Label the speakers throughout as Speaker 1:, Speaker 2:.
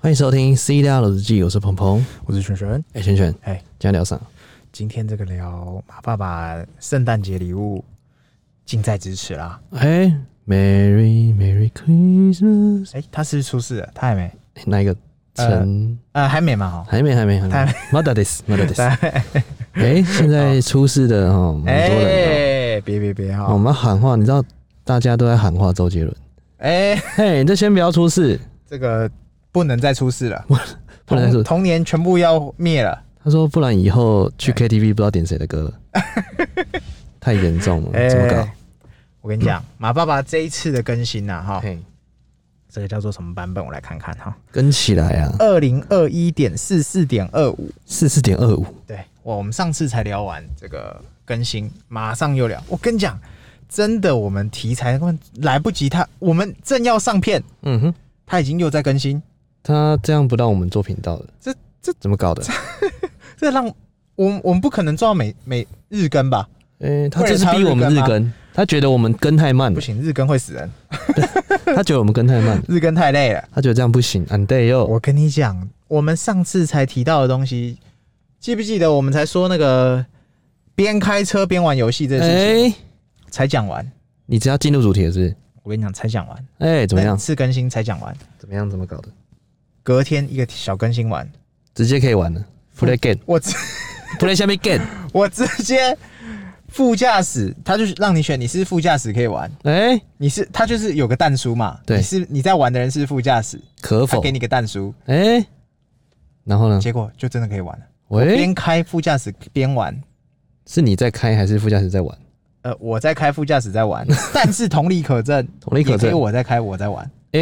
Speaker 1: 欢迎收听《C 大佬日记》，我是鹏鹏。
Speaker 2: 我是璇璇。
Speaker 1: 哎、璇璇，
Speaker 2: 哎
Speaker 1: 今天聊啥？
Speaker 2: 今天这个聊马爸爸圣诞节礼物，近在咫尺啦。
Speaker 1: 哎、m e r r y Merry Christmas，
Speaker 2: 哎、他是不是出事了，他还没，
Speaker 1: 哎哪一个？陈、
Speaker 2: 呃，还没嘛哈。
Speaker 1: 还没，还没，还
Speaker 2: 还
Speaker 1: 没。Mother this, mother this。
Speaker 2: 在
Speaker 1: 哎，现在出事的哦，很
Speaker 2: 哎
Speaker 1: 多人哦、，
Speaker 2: 别别别
Speaker 1: 我
Speaker 2: 哈，
Speaker 1: 们喊话，你知道大家都在喊话周杰伦。
Speaker 2: 哎、
Speaker 1: 嘿，这先不要出事，
Speaker 2: 这个不能再出事了，
Speaker 1: 不能再
Speaker 2: 童
Speaker 1: 说。
Speaker 2: 童年全部要灭了。
Speaker 1: 他说，不然以后去
Speaker 2: 哎
Speaker 1: KTV 不知道点谁的歌 了，太严重
Speaker 2: 哎、
Speaker 1: 了，怎么搞？
Speaker 2: 我跟你 讲，马爸爸这一次的更新呐、啊、哈，
Speaker 1: 嘿，
Speaker 2: 这个叫做什么版本？我来看看哈，
Speaker 1: 跟起来啊，
Speaker 2: 二零二一点四四点二五。
Speaker 1: 四四点二五，
Speaker 2: 对，我我们上次才聊完这个更新，马上又聊。我跟你讲，真的，我们题材来不及它，我们正要上片，
Speaker 1: 嗯哼，
Speaker 2: 它已经又在更新，
Speaker 1: 他这样不让我们做频道的，
Speaker 2: 这这
Speaker 1: 怎么搞 的？
Speaker 2: 这让我们我们不可能做到每每日更吧？
Speaker 1: 哎、他
Speaker 2: 不然
Speaker 1: 就是
Speaker 2: 他
Speaker 1: 逼
Speaker 2: 日
Speaker 1: 我们
Speaker 2: 更
Speaker 1: 日
Speaker 2: 吗
Speaker 1: 更，他觉得我们更太慢
Speaker 2: 不
Speaker 1: 了，
Speaker 2: 行，日更会死人，
Speaker 1: 他觉得我们更太 慢了，
Speaker 2: 日更太累了。
Speaker 1: 他觉得这样不行。哦俺 day 又，
Speaker 2: 我跟你讲，我们上次才提到的东西，记不记得我们才说那个边开车边玩游戏这件事情、
Speaker 1: 哎、
Speaker 2: 才讲完？
Speaker 1: 你只要进入主题了是不是？
Speaker 2: 我跟你讲，才讲完，
Speaker 1: 哎、怎么
Speaker 2: 本
Speaker 1: 样？
Speaker 2: 次更新才讲完，
Speaker 1: 怎么样？怎么搞的？
Speaker 2: 隔天一个小更新完，
Speaker 1: 直接可以玩了，play game，play
Speaker 2: 我只。
Speaker 1: 下面 game，
Speaker 2: 我直接副驾驶，他就是让你选，你是副驾驶可以玩，
Speaker 1: 哎、
Speaker 2: 你是他就是有个弹书嘛，
Speaker 1: 对
Speaker 2: 你是你在玩的人是副驾驶，
Speaker 1: 可
Speaker 2: 他
Speaker 1: 否嗯
Speaker 2: 给？你个弹书，
Speaker 1: 哎、然后呢？
Speaker 2: 结果就真的可以玩了，
Speaker 1: 喂、
Speaker 2: 边开副驾驶边玩。
Speaker 1: 是你在开还是副驾驶在玩？
Speaker 2: 呃，我在开副驾驶 在玩，但是同理可证，
Speaker 1: 同理可
Speaker 2: 也
Speaker 1: 证
Speaker 2: 可以，我在开，我在玩，
Speaker 1: 哎、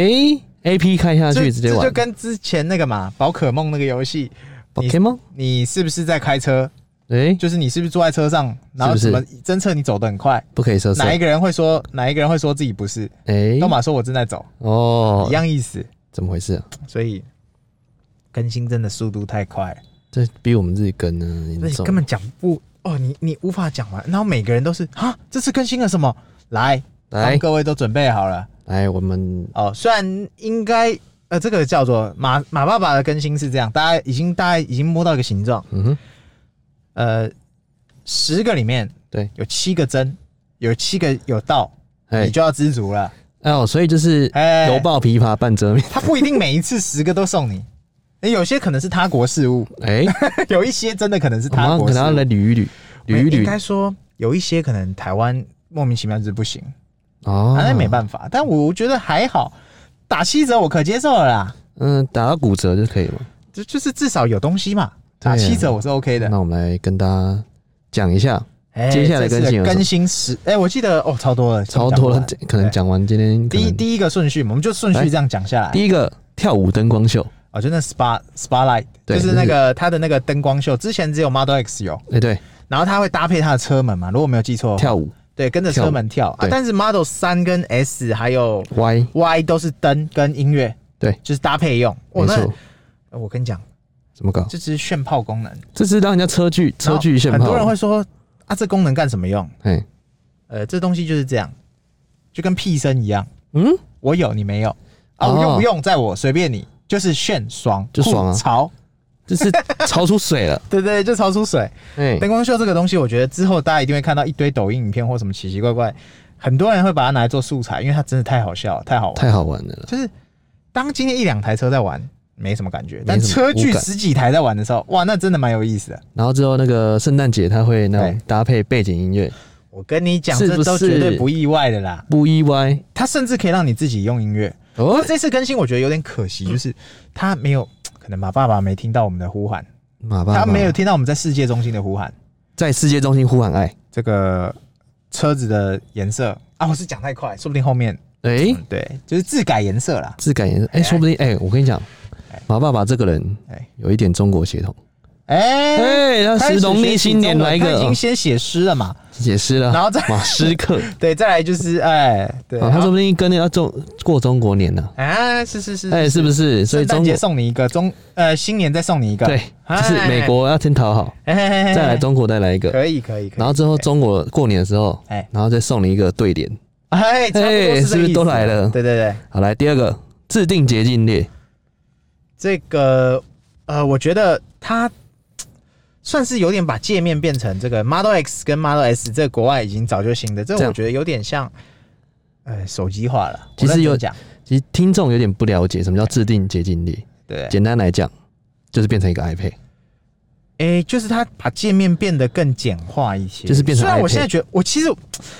Speaker 1: a P 开下去直接
Speaker 2: 这
Speaker 1: 玩
Speaker 2: 就跟之前那个嘛，宝可梦那个游戏，你
Speaker 1: ，Pokemon，
Speaker 2: 你是不是在开车？
Speaker 1: 哎、
Speaker 2: 就是你是不是坐在车上，然后
Speaker 1: 是
Speaker 2: 什
Speaker 1: 不
Speaker 2: 么
Speaker 1: 是
Speaker 2: 侦测你走得很快？
Speaker 1: 不可以射射，
Speaker 2: 哪一
Speaker 1: 哎、
Speaker 2: 个人会说哪一个人会说自己不是？都马说我正在走，
Speaker 1: 哦
Speaker 2: 一，样意思。
Speaker 1: 怎么回事啊？
Speaker 2: 所以更新真的速度太快了，
Speaker 1: 这逼我们日更呢，严
Speaker 2: 那你
Speaker 1: 重
Speaker 2: 根本讲不哦，你你无法讲完。然后每个人都是啊，这次更新了什么？来，他
Speaker 1: 来
Speaker 2: 们各位都准备好了
Speaker 1: 来，我们
Speaker 2: 哦。虽然应该呃，这个叫做马马爸爸的更新是这样，大家已经大家已经摸到一个形状，
Speaker 1: 嗯哼，
Speaker 2: 呃，十个里面
Speaker 1: 对
Speaker 2: 有七个真，有七个有道，
Speaker 1: 哎、
Speaker 2: 你就要知足了。
Speaker 1: 哎呦，所以就是
Speaker 2: 哎
Speaker 1: 犹抱琵琶半遮面。
Speaker 2: 他不一定每一次十个都送你。诶有些可能是他国事务，
Speaker 1: 哎、
Speaker 2: 有一些真的可能是
Speaker 1: 我们
Speaker 2: 他
Speaker 1: 要
Speaker 2: 国
Speaker 1: 可
Speaker 2: 事务。
Speaker 1: 能要来捋一捋，捋一
Speaker 2: 应
Speaker 1: 捋
Speaker 2: 该说有一些可能台湾莫名其妙就是不行，
Speaker 1: 哦。
Speaker 2: 反正、没办法。但我觉得还好，打七折我可接受了啦，
Speaker 1: 嗯，打到骨折就可以了。
Speaker 2: 就就是至少有东西嘛，
Speaker 1: 对啊
Speaker 2: 打七折我是 OK 的。
Speaker 1: 那我们来跟大家讲一下，
Speaker 2: 哎
Speaker 1: 接下来更新有什
Speaker 2: 这
Speaker 1: 么
Speaker 2: 次更新十，哎、我记得哦，超多了，
Speaker 1: 超多了
Speaker 2: 讲不，完
Speaker 1: 可能讲完今天可
Speaker 2: 第一
Speaker 1: 能
Speaker 2: 第一个顺序，我们就顺序这样讲下来。
Speaker 1: 第一个跳舞灯光秀，
Speaker 2: 哦，就那 SPA SPA Light，
Speaker 1: 对
Speaker 2: 就是那个它的那个灯光秀，之前只有 Model X 有，
Speaker 1: 哎、对，
Speaker 2: 然后它会搭配它的车门嘛，如果没有记错的话，
Speaker 1: 跳舞
Speaker 2: 对，跟着车门跳啊
Speaker 1: 对。
Speaker 2: 但是 Model 三跟 S 还有
Speaker 1: Y，
Speaker 2: Y 都是灯跟音乐，
Speaker 1: 对
Speaker 2: 就是搭配用。
Speaker 1: 没
Speaker 2: 哇，哦那
Speaker 1: 错，
Speaker 2: 呃我跟你讲，
Speaker 1: 怎么搞？
Speaker 2: 这只是炫炮功能，
Speaker 1: 这是让人家车距车距炫
Speaker 2: 然后很
Speaker 1: 炮
Speaker 2: 多人，会说啊，这功能干什么用？
Speaker 1: 哎、
Speaker 2: 呃，这东西就是这样，就跟屁声一样，
Speaker 1: 嗯，
Speaker 2: 我有你没有啊，
Speaker 1: 哦
Speaker 2: 我用不用在我随便你，就是炫爽，
Speaker 1: 就爽啊
Speaker 2: 酷潮，
Speaker 1: 这是超出水 了，
Speaker 2: 对对，对就潮出水。
Speaker 1: 哎、
Speaker 2: 灯光秀这个东西，我觉得之后大家一定会看到一堆抖音影片或什么奇奇怪怪，很多人会把它拿来做素材，因为它真的太好笑了，太好玩了。
Speaker 1: 太好玩了啦，
Speaker 2: 就是当今天一两台车在玩，没什么感觉，但
Speaker 1: 没什么
Speaker 2: 车距
Speaker 1: 无感
Speaker 2: 十几台在玩的时候，哇，那真的蛮有意思的。
Speaker 1: 然后之后那个圣诞节他会那种
Speaker 2: 对
Speaker 1: 搭配背景音乐，
Speaker 2: 我跟你讲，
Speaker 1: 是不
Speaker 2: 这都绝
Speaker 1: 是
Speaker 2: 对不意外的啦。
Speaker 1: 不意外
Speaker 2: 它甚至可以让你自己用音乐。
Speaker 1: 哦
Speaker 2: 那。这次更新我觉得有点可惜，就是它没有，可能马爸爸没听到我们的呼喊，
Speaker 1: 马爸爸
Speaker 2: 他没有听到我们在世界中心的呼喊。
Speaker 1: 在世界中心呼喊爱，
Speaker 2: 这个车子的颜色啊，我是讲太快，说不定后面
Speaker 1: 哎、
Speaker 2: 嗯对，就是自改颜色啦。
Speaker 1: 质感也是，哎、说不定，哎、我跟你讲
Speaker 2: 哎，
Speaker 1: 马爸爸这个人
Speaker 2: 哎
Speaker 1: 有一点中国血统，
Speaker 2: 哎、
Speaker 1: 哎、他
Speaker 2: 开
Speaker 1: 是
Speaker 2: 始
Speaker 1: 农历
Speaker 2: 学习
Speaker 1: 新年
Speaker 2: 中文
Speaker 1: 来一
Speaker 2: 他已
Speaker 1: 个
Speaker 2: 经先写诗了嘛，
Speaker 1: 写诗了，
Speaker 2: 然后再
Speaker 1: 马诗克，
Speaker 2: 对，再来就是哎，对，
Speaker 1: 啊，他说不定跟要中过中国年呢、
Speaker 2: 啊，是是是，
Speaker 1: 哎、是不是？
Speaker 2: 是？
Speaker 1: 所以
Speaker 2: 圣
Speaker 1: 中
Speaker 2: 诞节
Speaker 1: 国
Speaker 2: 送你一个，中呃新年再送你一个，
Speaker 1: 对，
Speaker 2: 哎
Speaker 1: 就是美国要先讨好，
Speaker 2: 哎，嘿嘿嘿
Speaker 1: 再来中国再来一个，
Speaker 2: 可以可以可以，
Speaker 1: 然后之后中国过年的时候，
Speaker 2: 哎
Speaker 1: 然后再送你一个对联。
Speaker 2: 哎，差不多
Speaker 1: 哎
Speaker 2: 是
Speaker 1: 是不
Speaker 2: 这个
Speaker 1: 是
Speaker 2: 意思
Speaker 1: 都来了
Speaker 2: 对对对，
Speaker 1: 好，来第二个，制定捷径列，
Speaker 2: 这个呃，我觉得它算是有点把界面变成这个 Model X 跟 Model S，这个国外已经早就行的，这
Speaker 1: 这
Speaker 2: 我
Speaker 1: 样
Speaker 2: 觉得有点像，呃，手机化了。
Speaker 1: 其实
Speaker 2: 我认真
Speaker 1: 有
Speaker 2: 讲，
Speaker 1: 其实听众有点不了解什么叫制定接近力，
Speaker 2: 对，
Speaker 1: 简单来讲就是变成一个 iPad。
Speaker 2: 诶、就是它把界面变得更简化一些，
Speaker 1: 就是变成
Speaker 2: 虽然我
Speaker 1: iPad
Speaker 2: 现在觉得，我其实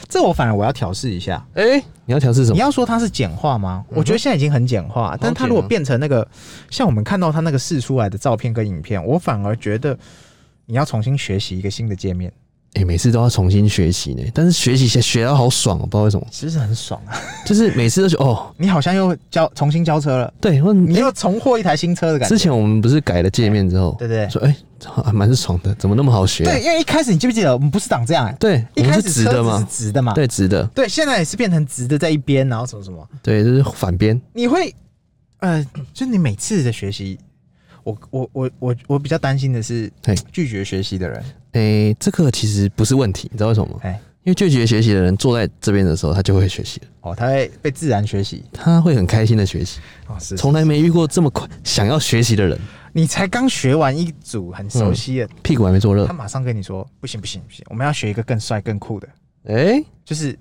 Speaker 2: 这我反而我要调试一下。
Speaker 1: 哎、你要调试什么？
Speaker 2: 你
Speaker 1: 嗯
Speaker 2: 要说它是简化吗？我觉得现在已经很简化，但它
Speaker 1: 简
Speaker 2: 如果
Speaker 1: 哦
Speaker 2: 变成那个像我们看到它那个试出来的照片跟影片，我反而觉得你要重新学习一个新的界面，
Speaker 1: 哎、每次都要重新学习呢，但是学习学学到好爽、哦，不知道为什 么，
Speaker 2: 其实很爽啊！
Speaker 1: 就是每次都觉得哦，
Speaker 2: 你好像又交重新交车了，
Speaker 1: 对，或
Speaker 2: 你
Speaker 1: 你
Speaker 2: 又重获一台新车的感觉
Speaker 1: 之，前我们不是改了界面之后，
Speaker 2: 对不对？
Speaker 1: 说哎，还蛮爽的，怎么那么好学、啊
Speaker 2: 对，？因为一开始你记不记得我们不是长这样、欸？
Speaker 1: 对，
Speaker 2: 一
Speaker 1: 我们
Speaker 2: 开
Speaker 1: 是
Speaker 2: 始
Speaker 1: 直
Speaker 2: 车
Speaker 1: 的
Speaker 2: 子是
Speaker 1: 嘛，
Speaker 2: 直的嘛，
Speaker 1: 对，直的，
Speaker 2: 对，现在也是变成直的在一边，然后什么什么，
Speaker 1: 对，就是反边，
Speaker 2: 你会呃，就你每次的学习，我我我我我比较担心的是
Speaker 1: 嘿
Speaker 2: 拒绝学习的人，
Speaker 1: 哎、这个其实不是问题，你知道为什么吗？
Speaker 2: 哎、
Speaker 1: 因为拒绝学习的人坐在这边的时候，他就会学习了，
Speaker 2: 哦，他会被自然学习
Speaker 1: 他会很开心的学习，
Speaker 2: 哦，是
Speaker 1: 从来没遇过这么快想要学习的人，
Speaker 2: 你才刚学完一组很熟悉的，
Speaker 1: 屁股还没坐热
Speaker 2: 他。马上跟你说不行不行不行，我们要学一个更帅更酷的，
Speaker 1: 哎、
Speaker 2: 就是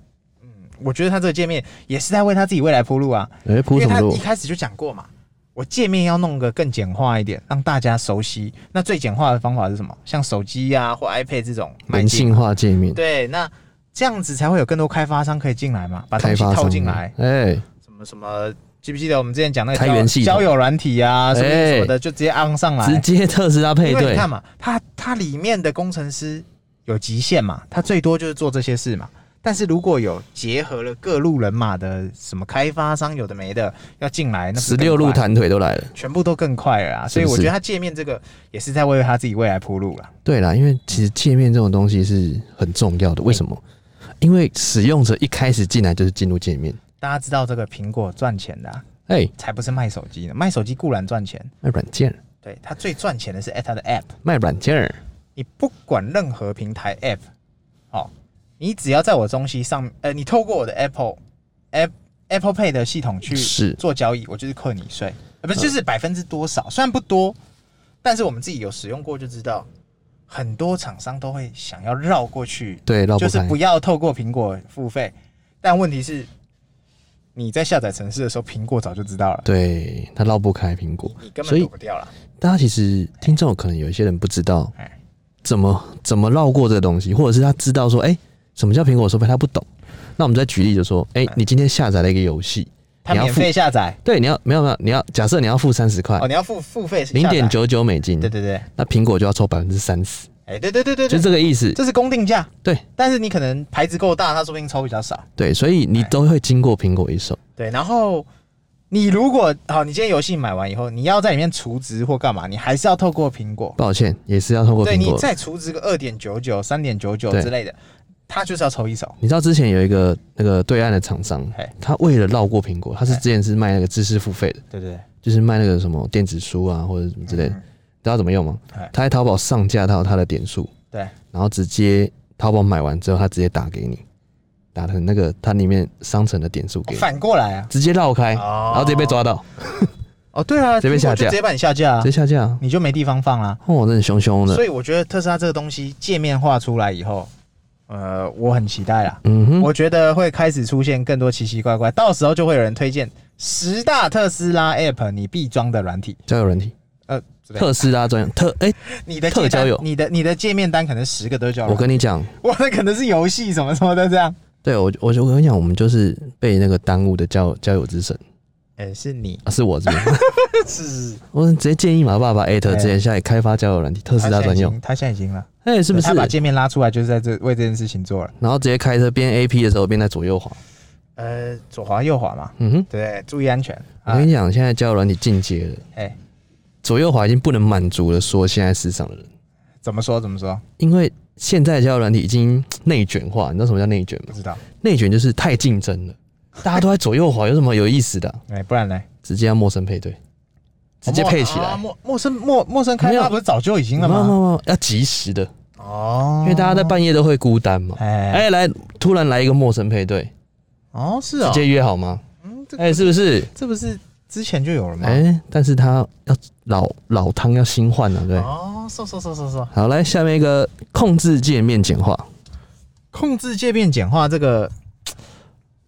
Speaker 2: 嗯，我觉得他这个界面也是在为他自己未来铺路啊，
Speaker 1: 哎，
Speaker 2: 因
Speaker 1: 铺
Speaker 2: 为
Speaker 1: 什么
Speaker 2: 他
Speaker 1: 路
Speaker 2: 一？开始就讲过嘛，我界面要弄个更简化一点，让大家熟悉。那最简化的方法是什么？像手机呀、或 iPad 这种买
Speaker 1: 人
Speaker 2: 进
Speaker 1: 性化界面，
Speaker 2: 对，那这样子才会有更多开发商可以进来嘛，把东
Speaker 1: 开
Speaker 2: 西
Speaker 1: 发
Speaker 2: 套
Speaker 1: 商
Speaker 2: 进来，，
Speaker 1: 哎、
Speaker 2: 什么什么。记不记得我们之前讲那个
Speaker 1: 开源系
Speaker 2: 交
Speaker 1: 统
Speaker 2: 交友软体啊，什么
Speaker 1: 哎
Speaker 2: 什么的，就直接安上来，
Speaker 1: 直接特斯拉配
Speaker 2: 因为你
Speaker 1: 对
Speaker 2: 看，嘛，它它里面的工程师有极限嘛，它最多就是做这些事嘛。但是如果有结合了各路人马的什么开发商有的没的要进来，那不是
Speaker 1: 十
Speaker 2: 更
Speaker 1: 六路
Speaker 2: 快
Speaker 1: 弹腿都来了。
Speaker 2: 全部都更快了啊！所以
Speaker 1: 是不
Speaker 2: 我
Speaker 1: 是
Speaker 2: 觉得它界面这个也是在为他自己未来铺路了。
Speaker 1: 对啦，因为其
Speaker 2: 嗯
Speaker 1: 实界面这种东西是很重要的，为什么？因为使用者一开始进来就是进入界面，
Speaker 2: 大家知道这个苹果赚钱的、啊，
Speaker 1: 哎、
Speaker 2: 才不是卖手机呢。卖手机固然赚钱，
Speaker 1: 卖软件儿，
Speaker 2: 对它最赚钱的是它的 App。
Speaker 1: 卖软件儿，
Speaker 2: 你不管任何平台 App，哦，你只要在我东西上，呃，你透过我的 Apple App Apple Pay 的系统去
Speaker 1: 是嗯
Speaker 2: 做交易，我就是扣你税，呃，不是就是百分之多少，虽然不多，但是我们自己有使用过就知道，很多厂商都会想要绕过去，
Speaker 1: 对，绕
Speaker 2: 就
Speaker 1: 不
Speaker 2: 是
Speaker 1: 开
Speaker 2: 不。要透过苹果付费，但问题是。你在下载城市的时候，苹果早就知道了，
Speaker 1: 对，它绕不开苹果，
Speaker 2: 你根
Speaker 1: 所
Speaker 2: 本
Speaker 1: 以
Speaker 2: 躲不掉了。
Speaker 1: 大家其实听众可能有一些人不知道
Speaker 2: 哎，
Speaker 1: 怎么怎么绕过这个东西，或者是他知道说，哎、什么叫苹果收费，他不懂。那我们再举例就说，哎、你今天下载了一个游戏，
Speaker 2: 它
Speaker 1: 你要
Speaker 2: 免
Speaker 1: 付
Speaker 2: 费下载
Speaker 1: 对，你要没有没有，你要假设你要付三十块
Speaker 2: 哦，，你要付付费下载
Speaker 1: 零点，九九美金
Speaker 2: 对，对对，
Speaker 1: 那苹果就要抽百分之三十，
Speaker 2: 哎，对对对对对，
Speaker 1: 就这个意思。
Speaker 2: 这是公定价，
Speaker 1: 对。
Speaker 2: 但是你可能牌子够大，它说不定抽比较少。
Speaker 1: 对，所以你都会经过苹果一手。
Speaker 2: 对，然后你如果好，你今天游戏买完以后，你要在里面储值或干嘛，你还是要透过苹果。
Speaker 1: 抱歉，也是要透过
Speaker 2: 对
Speaker 1: 苹
Speaker 2: 你
Speaker 1: 果。
Speaker 2: 再储值个二点九九、三点九九
Speaker 1: 对
Speaker 2: 之类的，它就是要抽一手。
Speaker 1: 你知道之前有一个那个对岸的厂商
Speaker 2: 嘿，
Speaker 1: 他为了绕过苹果，他是
Speaker 2: 嘿
Speaker 1: 之前是卖那个知识付费的，
Speaker 2: 对对对，
Speaker 1: 就是卖那个什么电子书啊或者什么之类的。
Speaker 2: 嗯
Speaker 1: 你知道怎么用吗
Speaker 2: 嘿？
Speaker 1: 他在淘宝上架到他的点数，
Speaker 2: 对，
Speaker 1: 然后直接淘宝买完之后，他直接打给你，打成那个他里面商城的点数给
Speaker 2: 哦
Speaker 1: 你，
Speaker 2: 反过来啊，
Speaker 1: 直接绕开，哎
Speaker 2: 哦
Speaker 1: 然后直接被抓到，
Speaker 2: 哦对啊，
Speaker 1: 直接被
Speaker 2: 苹果
Speaker 1: 下
Speaker 2: 就
Speaker 1: 架
Speaker 2: 直接把你下架啊
Speaker 1: 直接，下架。
Speaker 2: 你就没地方放啊啦、
Speaker 1: 哦，真的凶凶的
Speaker 2: 所。以我觉得特斯拉这个东西界面化出来以后，呃，我很期待啦。
Speaker 1: 嗯哼，
Speaker 2: 我觉得会开始出现更多奇奇怪怪，到时候就会有人推荐十大特斯拉 App 你必装的软体。
Speaker 1: 交友软体，
Speaker 2: 呃，之类的
Speaker 1: 特斯拉专用特哎，
Speaker 2: 你的
Speaker 1: 特
Speaker 2: 界单
Speaker 1: 交友
Speaker 2: 你的你的界面单可能十个都叫
Speaker 1: 我跟你讲，
Speaker 2: 我的可能是游戏什么什么的 这样。
Speaker 1: 对我，我我跟你讲，我们就是被那个耽误的交交友之神
Speaker 2: 哎、是你
Speaker 1: 啊，是 我这边，
Speaker 2: 哎是
Speaker 1: 我直接建议马爸爸艾特直接下来开发交友软体，特斯拉专用，，
Speaker 2: 他现在已经了，
Speaker 1: 哎、是不是
Speaker 2: 他？把界面拉出来就是在这为这件事情做了。
Speaker 1: 然后直接开车边 A P 的时候边在左右滑，
Speaker 2: 呃，左滑右滑嘛，
Speaker 1: 嗯哼，
Speaker 2: 对，注意安全
Speaker 1: 我
Speaker 2: 啊。
Speaker 1: 跟你讲，现在交友软体进阶了，
Speaker 2: 哎、
Speaker 1: 左右滑已经不能满足了说现在市场的人，
Speaker 2: 怎么说怎么说？
Speaker 1: 因为现在的交友软体已经内卷化，你知道什么叫内卷
Speaker 2: 不
Speaker 1: 吗？
Speaker 2: 知道。
Speaker 1: 内卷就是太竞争了，大家都在左右滑，有什么有意思的啊、
Speaker 2: 哎、不然呢？
Speaker 1: 直接要陌生配对，直接配起
Speaker 2: 哦
Speaker 1: 来，
Speaker 2: 陌啊陌陌生陌陌生开
Speaker 1: 没
Speaker 2: 发
Speaker 1: 有
Speaker 2: 不是早就已经
Speaker 1: 没
Speaker 2: 了
Speaker 1: 有没有
Speaker 2: 吗？
Speaker 1: 没有要及时的。
Speaker 2: 哦，
Speaker 1: 因为大家在半夜都会孤单嘛。
Speaker 2: 哎、
Speaker 1: 哎、来，突然来一个陌生配对，
Speaker 2: 哦，是
Speaker 1: 直
Speaker 2: 哦，
Speaker 1: 接约好吗？
Speaker 2: 嗯，这
Speaker 1: 哎、是不是？
Speaker 2: 这不是之前就有了吗？
Speaker 1: 哎、但是它要老老汤要新换了，对。
Speaker 2: 哦，搜搜搜搜搜，
Speaker 1: 好，来下面一个控制界面简化，
Speaker 2: 控制界面简化这个，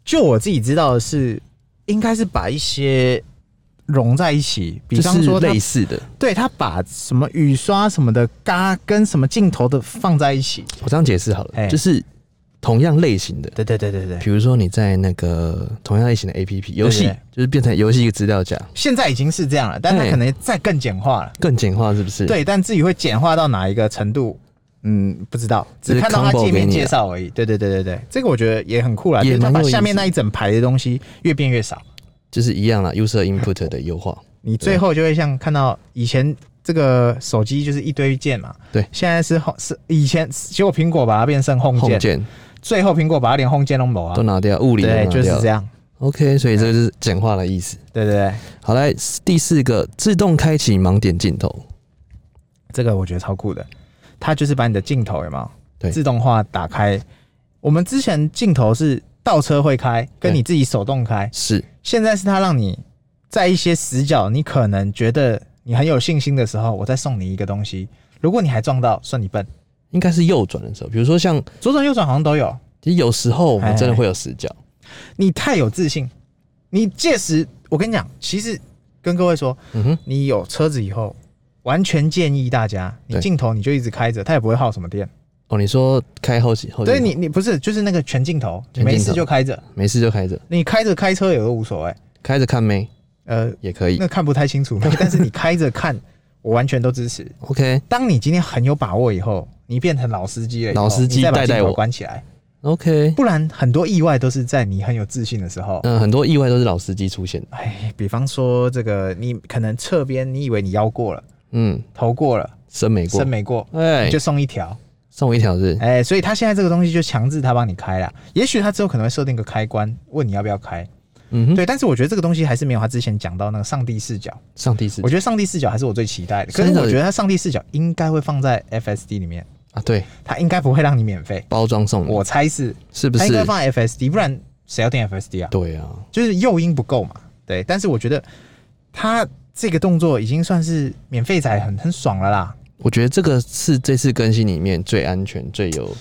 Speaker 2: 就我自己知道的是，应该是把一些融在一起，比
Speaker 1: 这
Speaker 2: 方
Speaker 1: 是
Speaker 2: 说它
Speaker 1: 类似的。
Speaker 2: 对他把什么雨刷什么的嘎跟什么镜头的放在一起。
Speaker 1: 我这样解释好了，
Speaker 2: 哎
Speaker 1: 就是同样类型的，
Speaker 2: 对对对对对，
Speaker 1: 比如说你在那个同样类型的 APP 游戏
Speaker 2: 对对，
Speaker 1: 就是变成游戏一个资料夹，
Speaker 2: 现在已经是这样了，但他
Speaker 1: 哎
Speaker 2: 可能再更简化了。
Speaker 1: 更简化是不是？，
Speaker 2: 对，但至于会简化到哪一个程度，嗯，不知道，
Speaker 1: 只
Speaker 2: 只
Speaker 1: 是
Speaker 2: 看到它
Speaker 1: combo
Speaker 2: 界
Speaker 1: 给
Speaker 2: 面
Speaker 1: 你
Speaker 2: 介
Speaker 1: 啊
Speaker 2: 绍而已。对对对对对，这个我觉得也很酷啦，就
Speaker 1: 也
Speaker 2: 是他
Speaker 1: 蛮
Speaker 2: 把
Speaker 1: 有意
Speaker 2: 下面
Speaker 1: 思
Speaker 2: 那一整排的东西越变越少，
Speaker 1: 就是一样啦，user input 的优化。
Speaker 2: 你最后就会像看到以前。这个手机就是一堆键嘛，
Speaker 1: 对
Speaker 2: 现在是 home 是以前结果苹果把它变成 home
Speaker 1: 控
Speaker 2: 键，
Speaker 1: 件
Speaker 2: 最后苹果把它连 home 键都没有啊
Speaker 1: 都，拿掉，物理都拿
Speaker 2: 对，
Speaker 1: 掉，
Speaker 2: 就是这。样，
Speaker 1: OK，所以这就是简化的意思。
Speaker 2: 对对对，
Speaker 1: 好来，第四个自动开启盲点镜头，
Speaker 2: 这个我觉得超酷的，它就是把你的镜头有没有？
Speaker 1: 对
Speaker 2: 自动化打开。我们之前镜头是倒车会开，跟
Speaker 1: 对
Speaker 2: 你自己手动开，
Speaker 1: 是
Speaker 2: 现在是它让你在一些死角，你可能觉得你很有信心的时候，我再送你一个东西。如果你还撞到，算你笨。
Speaker 1: 应该是右转的时候，比如说像
Speaker 2: 左转右转好像都有，
Speaker 1: 其实有时候我们
Speaker 2: 哎
Speaker 1: 真的会有死角，
Speaker 2: 你太有自信，你届时我跟你讲，其实跟各位说，
Speaker 1: 嗯哼，
Speaker 2: 你有车子以后，完全建议大家，你
Speaker 1: 对
Speaker 2: 镜头你就一直开着，它也不会耗什么电。
Speaker 1: 哦，你说开后起后
Speaker 2: 所以
Speaker 1: 镜头，
Speaker 2: 你你不是就是那个全镜头，你
Speaker 1: 全镜
Speaker 2: 没
Speaker 1: 头
Speaker 2: 事就开着，
Speaker 1: 没事就开着，
Speaker 2: 你开着开车也都无所谓。
Speaker 1: 开着看妹
Speaker 2: 呃，
Speaker 1: 也可以
Speaker 2: 那看不太清 楚，但是你开着看，我完全都支持。
Speaker 1: ，OK
Speaker 2: 当你今天很有把握以后，你变成老司机了以后，
Speaker 1: 老司机
Speaker 2: 你再把
Speaker 1: 带带
Speaker 2: 镜头
Speaker 1: 我
Speaker 2: 关起来，
Speaker 1: OK，
Speaker 2: 不然很多意外都是在你很有自信的时候。
Speaker 1: 嗯、很多意外都是老司机出现的，
Speaker 2: 哎，比方说这个，你可能侧边你以为你腰过了，
Speaker 1: 嗯，
Speaker 2: 头过了，
Speaker 1: 审美过
Speaker 2: 身，没过，
Speaker 1: 哎、
Speaker 2: 就送一条。
Speaker 1: 送我一条是
Speaker 2: 哎、所以他现在这个东西就强制他帮你开了。也许他之后可能会设定个开关，问你要不要开。
Speaker 1: 嗯哼，
Speaker 2: 对，但是我觉得这个东西还是没有他之前讲到那个上帝视角。
Speaker 1: 上帝视
Speaker 2: 我觉得上帝视角还是我最期待的。可
Speaker 1: 上帝
Speaker 2: 是
Speaker 1: 视角
Speaker 2: 我觉得它上帝视角应该会放在 FSD 里面，
Speaker 1: 啊，对，
Speaker 2: 它应该不会让你免费。
Speaker 1: 包装送
Speaker 2: 我
Speaker 1: 我
Speaker 2: 猜嗯是，
Speaker 1: 是不
Speaker 2: 它
Speaker 1: 是
Speaker 2: 应？该放在 FSD，不然谁要订 FSD 啊？
Speaker 1: 对啊，
Speaker 2: 就是诱因不够嘛。对，但是我觉得它这个动作已经算是免费仔很很爽了啦。
Speaker 1: 我觉得这个是这次更新里面最安全、最有、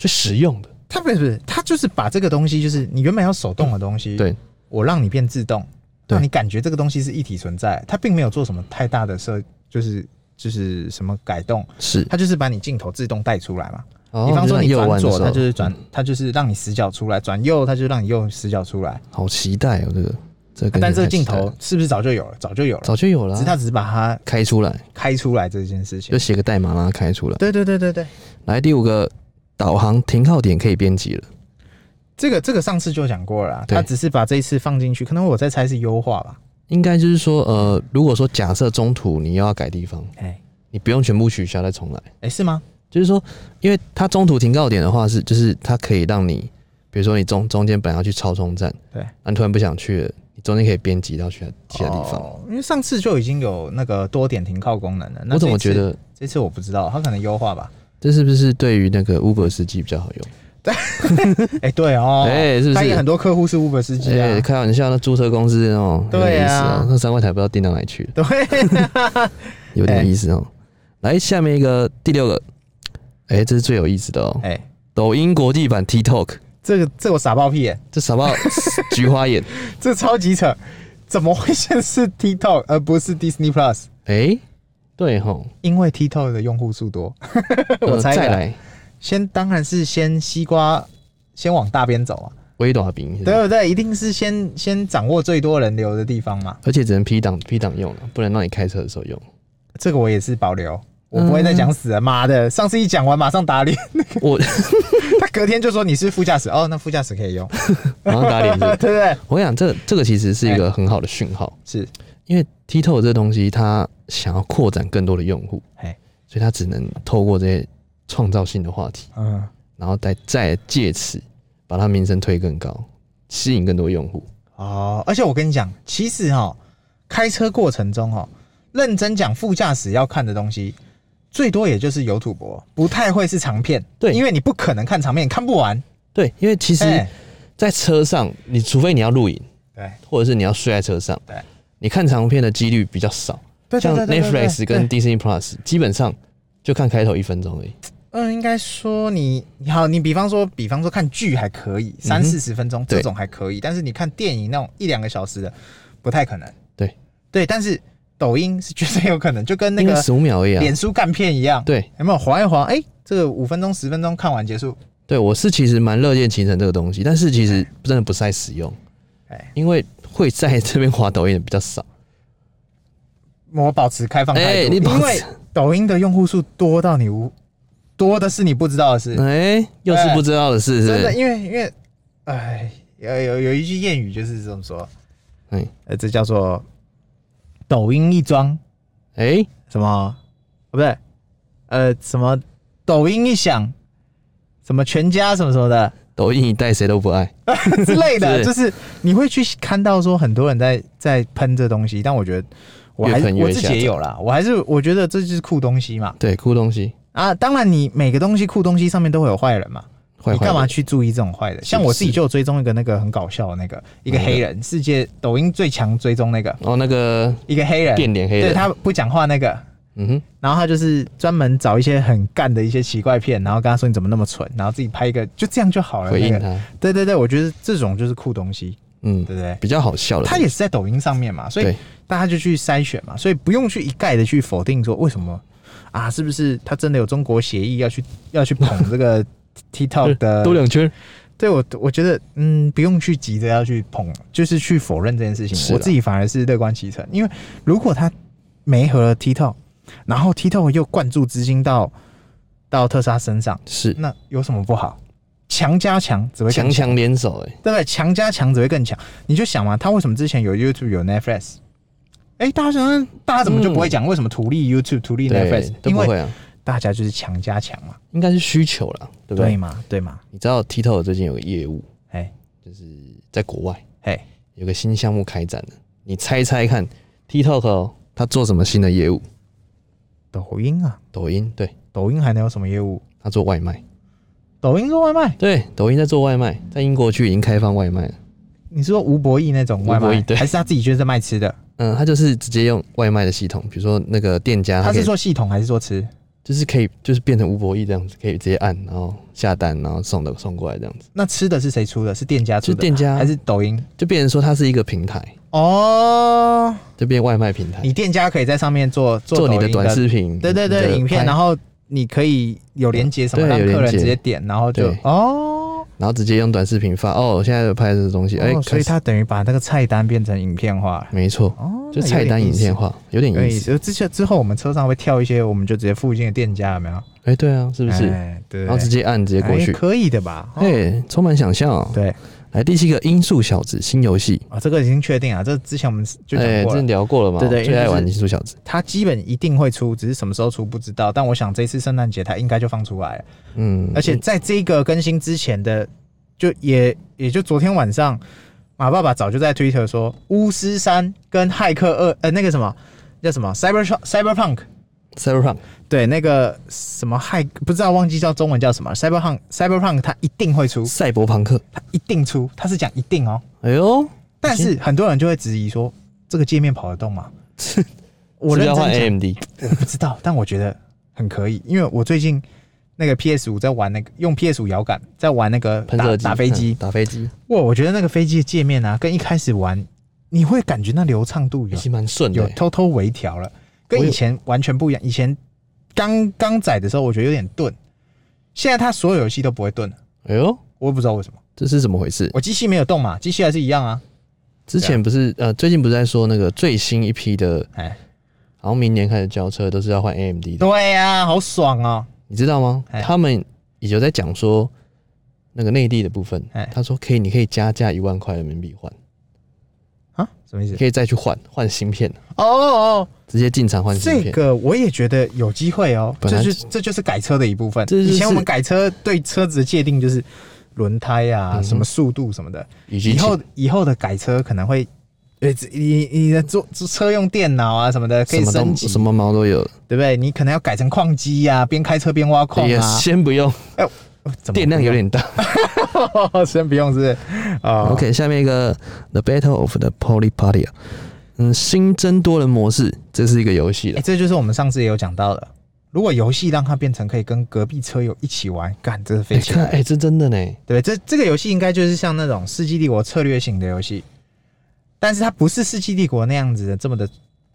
Speaker 1: 最实用的，
Speaker 2: 它不是不是，它就是把这个东西，就是你原本要手动的东西，
Speaker 1: 对，
Speaker 2: 我让你变自动，
Speaker 1: 对
Speaker 2: 让你感觉这个东西是一体存在，它并没有做什么太大的设，就是就是什么改动，
Speaker 1: 是。
Speaker 2: 它就是把你镜头自动带出来嘛。
Speaker 1: 哦
Speaker 2: 比方说你
Speaker 1: 右
Speaker 2: 转
Speaker 1: 弯的时
Speaker 2: 左，
Speaker 1: 候嗯
Speaker 2: 它就是转，它就是让你死角出来；转右，它就让你右死角出来。
Speaker 1: 好期待哦，这个这个，
Speaker 2: 啊但这个镜头是不是早就有了？早就有了，
Speaker 1: 早就有了啊、
Speaker 2: 只是它只是把它
Speaker 1: 开出来，
Speaker 2: 开出来这件事情
Speaker 1: 就。写个代码让它开出来。
Speaker 2: 对对对对对，
Speaker 1: 来第五个，导航停靠点可以编辑了，
Speaker 2: 这个这个上次就讲过了啦，
Speaker 1: 对
Speaker 2: 它只是把这一次放进去，可能我在猜是优化吧。
Speaker 1: 应该就是说，呃，如果说假设中途你又要改地方，
Speaker 2: 哎
Speaker 1: 你不用全部取消再重来，
Speaker 2: 哎，是吗？
Speaker 1: 就是说，因为它中途停靠点的话是，就是它可以让你，比如说你中中间本来要去超充站，
Speaker 2: 对
Speaker 1: 啊，你突然不想去了，你中间可以编辑到其他其他地方。
Speaker 2: 哦，因为上次就已经有那个多点停靠功能了。那
Speaker 1: 我怎么
Speaker 2: 这
Speaker 1: 觉
Speaker 2: 次
Speaker 1: 得
Speaker 2: 这次我不知道，它可能优化吧？
Speaker 1: 这是不是对于那个 Uber 司机比较好用？
Speaker 2: 哎，对哦，
Speaker 1: 哎是不是
Speaker 2: 它也很多客户是 Uber 司机啊
Speaker 1: 哎、。开玩笑，那租车公司哦，有
Speaker 2: 对
Speaker 1: 点意思
Speaker 2: 啊
Speaker 1: 哦，那三万台不知道订到哪里去了。
Speaker 2: 对，
Speaker 1: 有点意思
Speaker 2: 哎
Speaker 1: 哦。来，下面一个第六个，哎、这是最有意思的哦。
Speaker 2: 哎，
Speaker 1: 抖音国际版 TikTok，
Speaker 2: 这个这我傻爆屁耶！
Speaker 1: 这傻 爆菊花眼，
Speaker 2: 这超级扯，怎么会先是 TikTok 而不是 Disney Plus？
Speaker 1: 哎、对吼，
Speaker 2: 因为 TikTok 的用户数多， 我
Speaker 1: 呃
Speaker 2: 猜的
Speaker 1: 再来
Speaker 2: 先当然是先西瓜先往大边走啊，
Speaker 1: 微短饼，
Speaker 2: 对啊不对？一定是先先掌握最多人流的地方嘛。
Speaker 1: 而且只能 P 档 P 档用了，不能让你开车的时候用。
Speaker 2: 这个我也是保留，我不会再讲死了。妈的，上次一讲完马上打脸，
Speaker 1: 我
Speaker 2: 他隔天就说你是副驾驶，哦，那副驾驶可以用，
Speaker 1: 马上打脸是不是
Speaker 2: 对不对？
Speaker 1: 我跟你讲，这这个其实是一个很好的讯号，
Speaker 2: 是，
Speaker 1: 因为 TikTok 这东西它想要扩展更多的用户，
Speaker 2: 哎，
Speaker 1: 所以它只能透过这些创造性的话题，
Speaker 2: 嗯，
Speaker 1: 然后再再借此把它名声推更高，吸引更多用户。
Speaker 2: 哦，而且我跟你讲，其实哈、开车过程中哈、认真讲副驾驶要看的东西，最多也就是有土博，不太会是长片。
Speaker 1: 对
Speaker 2: 因为你不可能看长片，你看不完。
Speaker 1: 对，因为其实
Speaker 2: 哎，
Speaker 1: 在车上，你除非你要露营，
Speaker 2: 对
Speaker 1: 或者是你要睡在车上，
Speaker 2: 对，
Speaker 1: 你看长片的几率比较少，
Speaker 2: 对对
Speaker 1: 像
Speaker 2: 对对对对
Speaker 1: Netflix 跟
Speaker 2: 对
Speaker 1: Disney Plus 基本上就看开头一分钟而已。
Speaker 2: 嗯，应该说你你好，你比方说，比方说看剧还可以，
Speaker 1: 嗯哼
Speaker 2: 三四十分钟
Speaker 1: 对
Speaker 2: 这种还可以，但是你看电影那种一两个小时的，不太可能。
Speaker 1: 对
Speaker 2: 对，但是抖音是绝对有可能，就跟那
Speaker 1: 应该
Speaker 2: 个
Speaker 1: 十五秒而已啊
Speaker 2: 脸。书干片一样，
Speaker 1: 对
Speaker 2: 有没有划一划？哎、这个五分钟、十分钟看完结束，
Speaker 1: 对，我是其实蛮乐见其成这个东西，但是其实真的不太实用
Speaker 2: 哎，
Speaker 1: 因为会在这边滑抖音的比较少。
Speaker 2: 我保持开放态
Speaker 1: 哎
Speaker 2: 度，
Speaker 1: 你保持
Speaker 2: 因为抖音的用户数多到你无多的是你不知道的事，
Speaker 1: 哎、又是
Speaker 2: 哎
Speaker 1: 不知道的事，是不
Speaker 2: 真的，
Speaker 1: 是？
Speaker 2: 因为因为，哎，有有有一句谚语就是这么说，
Speaker 1: 嗯，
Speaker 2: 呃，这叫做抖音一装
Speaker 1: 哎、
Speaker 2: 什么？哦，不对，呃，什么抖音一响，什么全家什么什么的
Speaker 1: 抖音一代谁都不爱。
Speaker 2: 之类的，
Speaker 1: 是
Speaker 2: 就是你会去看到说很多人在在喷这东西，但我觉得我
Speaker 1: 越
Speaker 2: 还是
Speaker 1: 喷越
Speaker 2: 我自己也有啦，我还是我觉得这就是酷东西嘛。
Speaker 1: 对，酷东西，
Speaker 2: 啊，当然你每个东西酷东西上面都会有坏人嘛，
Speaker 1: 坏
Speaker 2: 你
Speaker 1: 坏
Speaker 2: 干嘛
Speaker 1: 的。
Speaker 2: 去注意这种坏的？像我自己就有追踪一个那个很搞笑的那个一个黑人，世界抖音最强追踪那个
Speaker 1: 哦，那个
Speaker 2: 一个黑人，
Speaker 1: 变脸黑
Speaker 2: 对
Speaker 1: 人，
Speaker 2: 他不讲话那个，
Speaker 1: 嗯哼，
Speaker 2: 然后他就是专门找一些很干的一些奇怪片，然后跟他说你怎么那么蠢，然后自己拍一个，就这样就好了。
Speaker 1: 回应
Speaker 2: 那个
Speaker 1: 他，
Speaker 2: 对对对，我觉得这种就是酷东西，
Speaker 1: 嗯，
Speaker 2: 对不对？
Speaker 1: 比较好笑的。
Speaker 2: 他也是在抖音上面嘛，所以
Speaker 1: 对，
Speaker 2: 大家就去筛选嘛，所以不用去一概的去否定说为什么啊，是不是他真的有中国协议要去要去捧这个 TikTok 的
Speaker 1: 兜两圈，
Speaker 2: 对我，我觉得嗯，不用去急着要去捧，就是去否认这件事
Speaker 1: 是啊
Speaker 2: 情。
Speaker 1: 啦
Speaker 2: 我自己反而是乐观其成，因为如果他没和了 TikTok，然后 TikTok 又灌注资金到到特斯拉身上，
Speaker 1: 是
Speaker 2: 那有什么不好？强加强只会更
Speaker 1: 强
Speaker 2: 强，
Speaker 1: 强联手、哎，
Speaker 2: 对不对？强加强只会更强。你就想嘛，他为什么之前有 YouTube 有 Netflix？哎、大家想，大家怎么就不会讲为什么图利 YouTube、图利
Speaker 1: 对
Speaker 2: Netflix？，
Speaker 1: 都
Speaker 2: 因
Speaker 1: 不
Speaker 2: 为
Speaker 1: 会啊，
Speaker 2: 大家就是强加强嘛，
Speaker 1: 应该是需求啦，对不对？
Speaker 2: 对嘛，对嘛，
Speaker 1: 你知道 TikTok 最近有个业务
Speaker 2: 哎
Speaker 1: 在国外
Speaker 2: 哎，
Speaker 1: 有个新项目开展了，你猜猜看，TikTok 哦它做什么新的业务？
Speaker 2: 抖音啊，
Speaker 1: 抖音，对，
Speaker 2: 抖音还能有什么业务？
Speaker 1: 它做外卖，
Speaker 2: 抖音做外卖，
Speaker 1: 对，抖音在做外卖，在英国区已经开放外卖了。
Speaker 2: 你是说吴博义那种外
Speaker 1: 吴博
Speaker 2: 卖
Speaker 1: 弈，对
Speaker 2: 还是他自己就是在卖 吃的？
Speaker 1: 嗯，它就是直接用外卖的系统，比如说那个店家，
Speaker 2: 他
Speaker 1: 可以
Speaker 2: 是做系统还是做吃？
Speaker 1: 就是可以，就是变成吴博义这样子，可以直接按，然后下单，然后送的送过来这样子，
Speaker 2: 那吃的是谁出的？是店家出
Speaker 1: 就
Speaker 2: 的
Speaker 1: 是店家
Speaker 2: 还是抖音？
Speaker 1: 就变成说它是一个平台，
Speaker 2: 哦，
Speaker 1: 就变外卖平台
Speaker 2: 你，店家可以在上面做
Speaker 1: 做你
Speaker 2: 抖
Speaker 1: 的
Speaker 2: 音
Speaker 1: 短，视频，
Speaker 2: 对对
Speaker 1: 你
Speaker 2: 对，
Speaker 1: 的
Speaker 2: 影片，
Speaker 1: 拍
Speaker 2: 然后你可以有连接什么，
Speaker 1: 对
Speaker 2: 让
Speaker 1: 有连
Speaker 2: 客人
Speaker 1: 接
Speaker 2: 直接点，然后就
Speaker 1: 对
Speaker 2: 哦
Speaker 1: 然后直接用短视频发，哦，现在有拍的东西，哎、
Speaker 2: 哦，所以
Speaker 1: 开始
Speaker 2: 他等于把那个菜单变成影片化了。
Speaker 1: 没错，
Speaker 2: 哦，
Speaker 1: 就菜单影片
Speaker 2: 化。
Speaker 1: 化，有点
Speaker 2: 对，
Speaker 1: 意思，
Speaker 2: 就之前之后我们车上会跳一些，我们就直接附近的店家有没有？
Speaker 1: 哎、对啊，是
Speaker 2: 是
Speaker 1: 不是？
Speaker 2: 对，
Speaker 1: 然后直接按，直接过
Speaker 2: 哎
Speaker 1: 去，
Speaker 2: 可以的吧？哦
Speaker 1: 哎、充满想象、哦。
Speaker 2: 对，
Speaker 1: 来第七个《音速小子》新游戏，
Speaker 2: 啊、这个已经确定啊，这之前我们就讲
Speaker 1: 哎，之
Speaker 2: 过了。
Speaker 1: 前聊过了嘛？
Speaker 2: 对对
Speaker 1: 最爱玩《
Speaker 2: 因为就
Speaker 1: 音速小子》，
Speaker 2: 它基本一定会出，只是什么时候出不知道。但我想这次圣诞节它应该就放出来了，
Speaker 1: 嗯，
Speaker 2: 而且在这个更新之前的，就也也就昨天晚上，马爸爸早就在 Twitter 说，巫师三跟骇客二，呃，那个什么叫什么 Cyber Cyberpunk，
Speaker 1: Cyberpunk
Speaker 2: 对，那个什么骇，不知道忘记叫中文叫什么 Cyberpunk Cyberpunk，它一定会出，
Speaker 1: 赛博朋克，
Speaker 2: 它一定出，它是讲一定哦。
Speaker 1: 哎呦，
Speaker 2: 但是很多人就会质疑说，这个界面跑得 动吗？
Speaker 1: 是不
Speaker 2: 我
Speaker 1: 是
Speaker 2: 认
Speaker 1: 要
Speaker 2: 真
Speaker 1: 换
Speaker 2: 讲，
Speaker 1: AMD，
Speaker 2: 我不知道，但我觉得很可以，因为我最近那个 PS 五在玩那个用 PS 五摇杆在玩那个
Speaker 1: 喷
Speaker 2: 打
Speaker 1: 射机、
Speaker 2: 打飞
Speaker 1: 嗯
Speaker 2: 机，
Speaker 1: 打飞机，
Speaker 2: 哇，我觉得那个飞机的界面啊，跟一开始玩你会感觉那流畅度
Speaker 1: 也
Speaker 2: 有
Speaker 1: 是蛮顺的
Speaker 2: 有
Speaker 1: 欸。
Speaker 2: 偷偷微调了，跟
Speaker 1: 我有
Speaker 2: 以前完全不一样。以前刚刚载的时候，我觉得有点钝，现在它所有游戏都不会钝了，
Speaker 1: 哎呦，
Speaker 2: 我也不知道为什么。
Speaker 1: 这是怎么回事？
Speaker 2: 我机器没有动嘛，机器还是一样啊。
Speaker 1: 之前不是呃，最近不是在说那个最新一批的，
Speaker 2: 哎，
Speaker 1: 好像明年开始交车都是要换 AMD 的，
Speaker 2: 对呀、好爽哦。
Speaker 1: 你知道吗？
Speaker 2: 哎
Speaker 1: 他们也有在讲说那个内地的部分
Speaker 2: 哎，
Speaker 1: 他说可以，你可以加价一万块人民币换，
Speaker 2: 啊，什 么意思？
Speaker 1: 可以再去换换芯片，
Speaker 2: 哦哦，
Speaker 1: 直接进场换芯
Speaker 2: 这
Speaker 1: 片。
Speaker 2: 个我也觉得有机会哦。
Speaker 1: 本来
Speaker 2: 这
Speaker 1: 就
Speaker 2: 就这就是改车的一部分。
Speaker 1: 这就是
Speaker 2: 以前我们改车对车子的界定就是轮胎啊、
Speaker 1: 嗯哼
Speaker 2: 什么速度什么的。
Speaker 1: 以及
Speaker 2: 以后以后的改车可能会，呃，你你的做车用电脑啊什么的可
Speaker 1: 什
Speaker 2: 以
Speaker 1: 么
Speaker 2: 升
Speaker 1: 都
Speaker 2: 级，
Speaker 1: 什么毛都有，
Speaker 2: 对不对？你可能要改成矿机呀、边开车边挖矿
Speaker 1: 也
Speaker 2: 啊。
Speaker 1: 先不用，
Speaker 2: 哦怎么
Speaker 1: 电量有点大。
Speaker 2: 不用 先不用是不是？哦哦
Speaker 1: OK，下面一个 The Battle of the Poly Party，啊嗯，新增多人模式，这是一个游戏
Speaker 2: 哎、
Speaker 1: 了。
Speaker 2: 这就是我们上次也有讲到的。如果游戏让它变成可以跟隔壁车友一起玩，干，这是
Speaker 1: 哎、
Speaker 2: 飞起来
Speaker 1: 看，哎、这真的呢，
Speaker 2: 对，这这个游戏应该就是像那种《世纪帝国》策略型的游戏，但是它不是《世纪帝国》那样子的这么的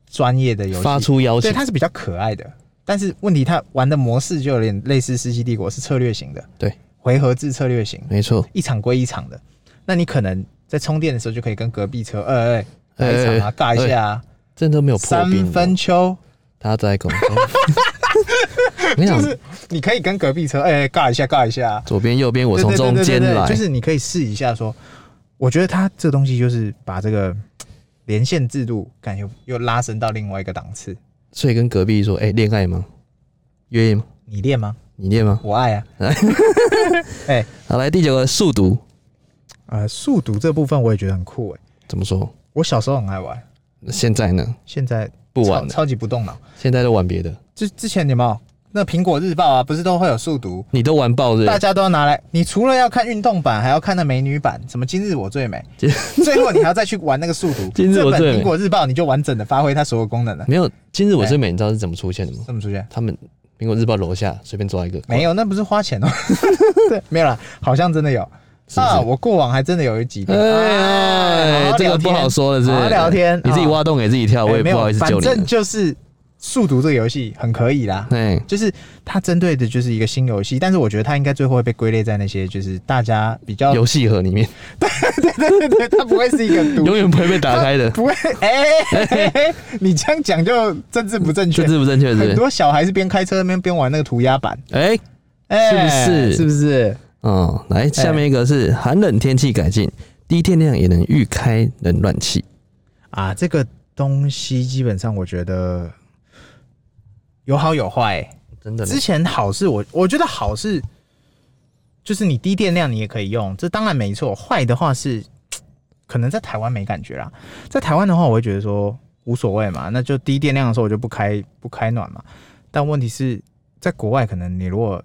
Speaker 2: 专业的游戏，
Speaker 1: 发出邀
Speaker 2: 对，
Speaker 1: 请，
Speaker 2: 它是比较可爱的。但是问题，它玩的模式就有点类似《世纪帝国》，是策略型的，
Speaker 1: 对，
Speaker 2: 回合制策略型，
Speaker 1: 没错。
Speaker 2: 一场归一场的。那你可能在充电的时候就可以跟隔壁车，哎哎，来一场啊，尬一下啊，
Speaker 1: 真哎的没有破
Speaker 2: 三
Speaker 1: 冰的，
Speaker 2: 分球，
Speaker 1: 他在广州。 我跟你讲，
Speaker 2: 你可以跟隔壁车，哎、哎尬一下，尬一下啊，
Speaker 1: 左边右边，我
Speaker 2: 对
Speaker 1: 从
Speaker 2: 对对
Speaker 1: 中
Speaker 2: 对
Speaker 1: 间
Speaker 2: 对
Speaker 1: 来，
Speaker 2: 就是你可以试一下说，我觉得它这个东西就是把这个嘖连线制度感又又拉升到另外一个档次。
Speaker 1: 所以跟隔壁说，哎、恋爱吗？约吗？
Speaker 2: 你练吗？
Speaker 1: 你恋吗？
Speaker 2: 我爱 啊。哎、
Speaker 1: 好，来第九个速读，
Speaker 2: 呃，速读这部分我也觉得很酷哎、
Speaker 1: 怎么说？
Speaker 2: 我小时候很爱玩，
Speaker 1: 现在呢？
Speaker 2: 现在
Speaker 1: 不
Speaker 2: 超
Speaker 1: 玩了，
Speaker 2: 超级不动脑。
Speaker 1: 现在都玩别的，
Speaker 2: 之之前有没有那苹果日报啊？不是都会有速读，
Speaker 1: 你都玩爆是不
Speaker 2: 大
Speaker 1: 是？
Speaker 2: 家都要拿来。你除了要看运动版，还要看那美女版，什么今日我最美，
Speaker 1: 今
Speaker 2: 最后你还要再去玩那个速读。
Speaker 1: 今日我
Speaker 2: 这
Speaker 1: 最
Speaker 2: 本
Speaker 1: 美
Speaker 2: 苹果日报你就完整的发挥它所有功能了。
Speaker 1: 没有，今日我最美，你知道是怎么出现的吗？
Speaker 2: 这么出现？
Speaker 1: 他们苹果日报楼下随便抓一个，
Speaker 2: 没
Speaker 1: 有，
Speaker 2: 有，那不是花钱哦。 对，没有啦，好像真的有
Speaker 1: 是不
Speaker 2: 啊。
Speaker 1: 是？
Speaker 2: 我过往还真的有一集。
Speaker 1: 哎
Speaker 2: 好
Speaker 1: 哎，
Speaker 2: 好
Speaker 1: 这个
Speaker 2: 聊
Speaker 1: 不
Speaker 2: 天
Speaker 1: 好说了，是不
Speaker 2: 好
Speaker 1: 是？
Speaker 2: 好聊天，
Speaker 1: 你自己
Speaker 2: 哦
Speaker 1: 挖洞给自己跳，
Speaker 2: 哎
Speaker 1: 啊我也
Speaker 2: 没
Speaker 1: 不
Speaker 2: 有
Speaker 1: 好意思
Speaker 2: 反
Speaker 1: 救你
Speaker 2: 正
Speaker 1: 了。
Speaker 2: 就是速读这个游戏很可以啦，
Speaker 1: 哎，
Speaker 2: 就是它针对的就是一个新游戏，但是我觉得它应该最后会被归类在那些就是大家比较
Speaker 1: 游戏盒里 面
Speaker 2: 对 对对，它不会是一个独
Speaker 1: 永远不会被打开 的，
Speaker 2: 不会哎、 你这样讲就政治不正确
Speaker 1: 政。治不正确是不
Speaker 2: 很
Speaker 1: 是？
Speaker 2: 多小孩是边开车边边玩那个涂鸦板，
Speaker 1: 哎，
Speaker 2: 哎、
Speaker 1: 是不是
Speaker 2: 是不是？
Speaker 1: 哦，来，下面一个是寒冷天气改进，低电量也能预开冷暖气。
Speaker 2: 啊，这个东西基本上我觉得有好有坏欸、
Speaker 1: 真的呢
Speaker 2: 之前好是我我觉得好是，就是你低电量你也可以用，这当然没错。坏的话是，可能在台湾没感觉啦，在台湾的话，我会觉得说无所谓嘛，那就低电量的时候我就不开不开暖嘛。但问题是在国外，可能你如果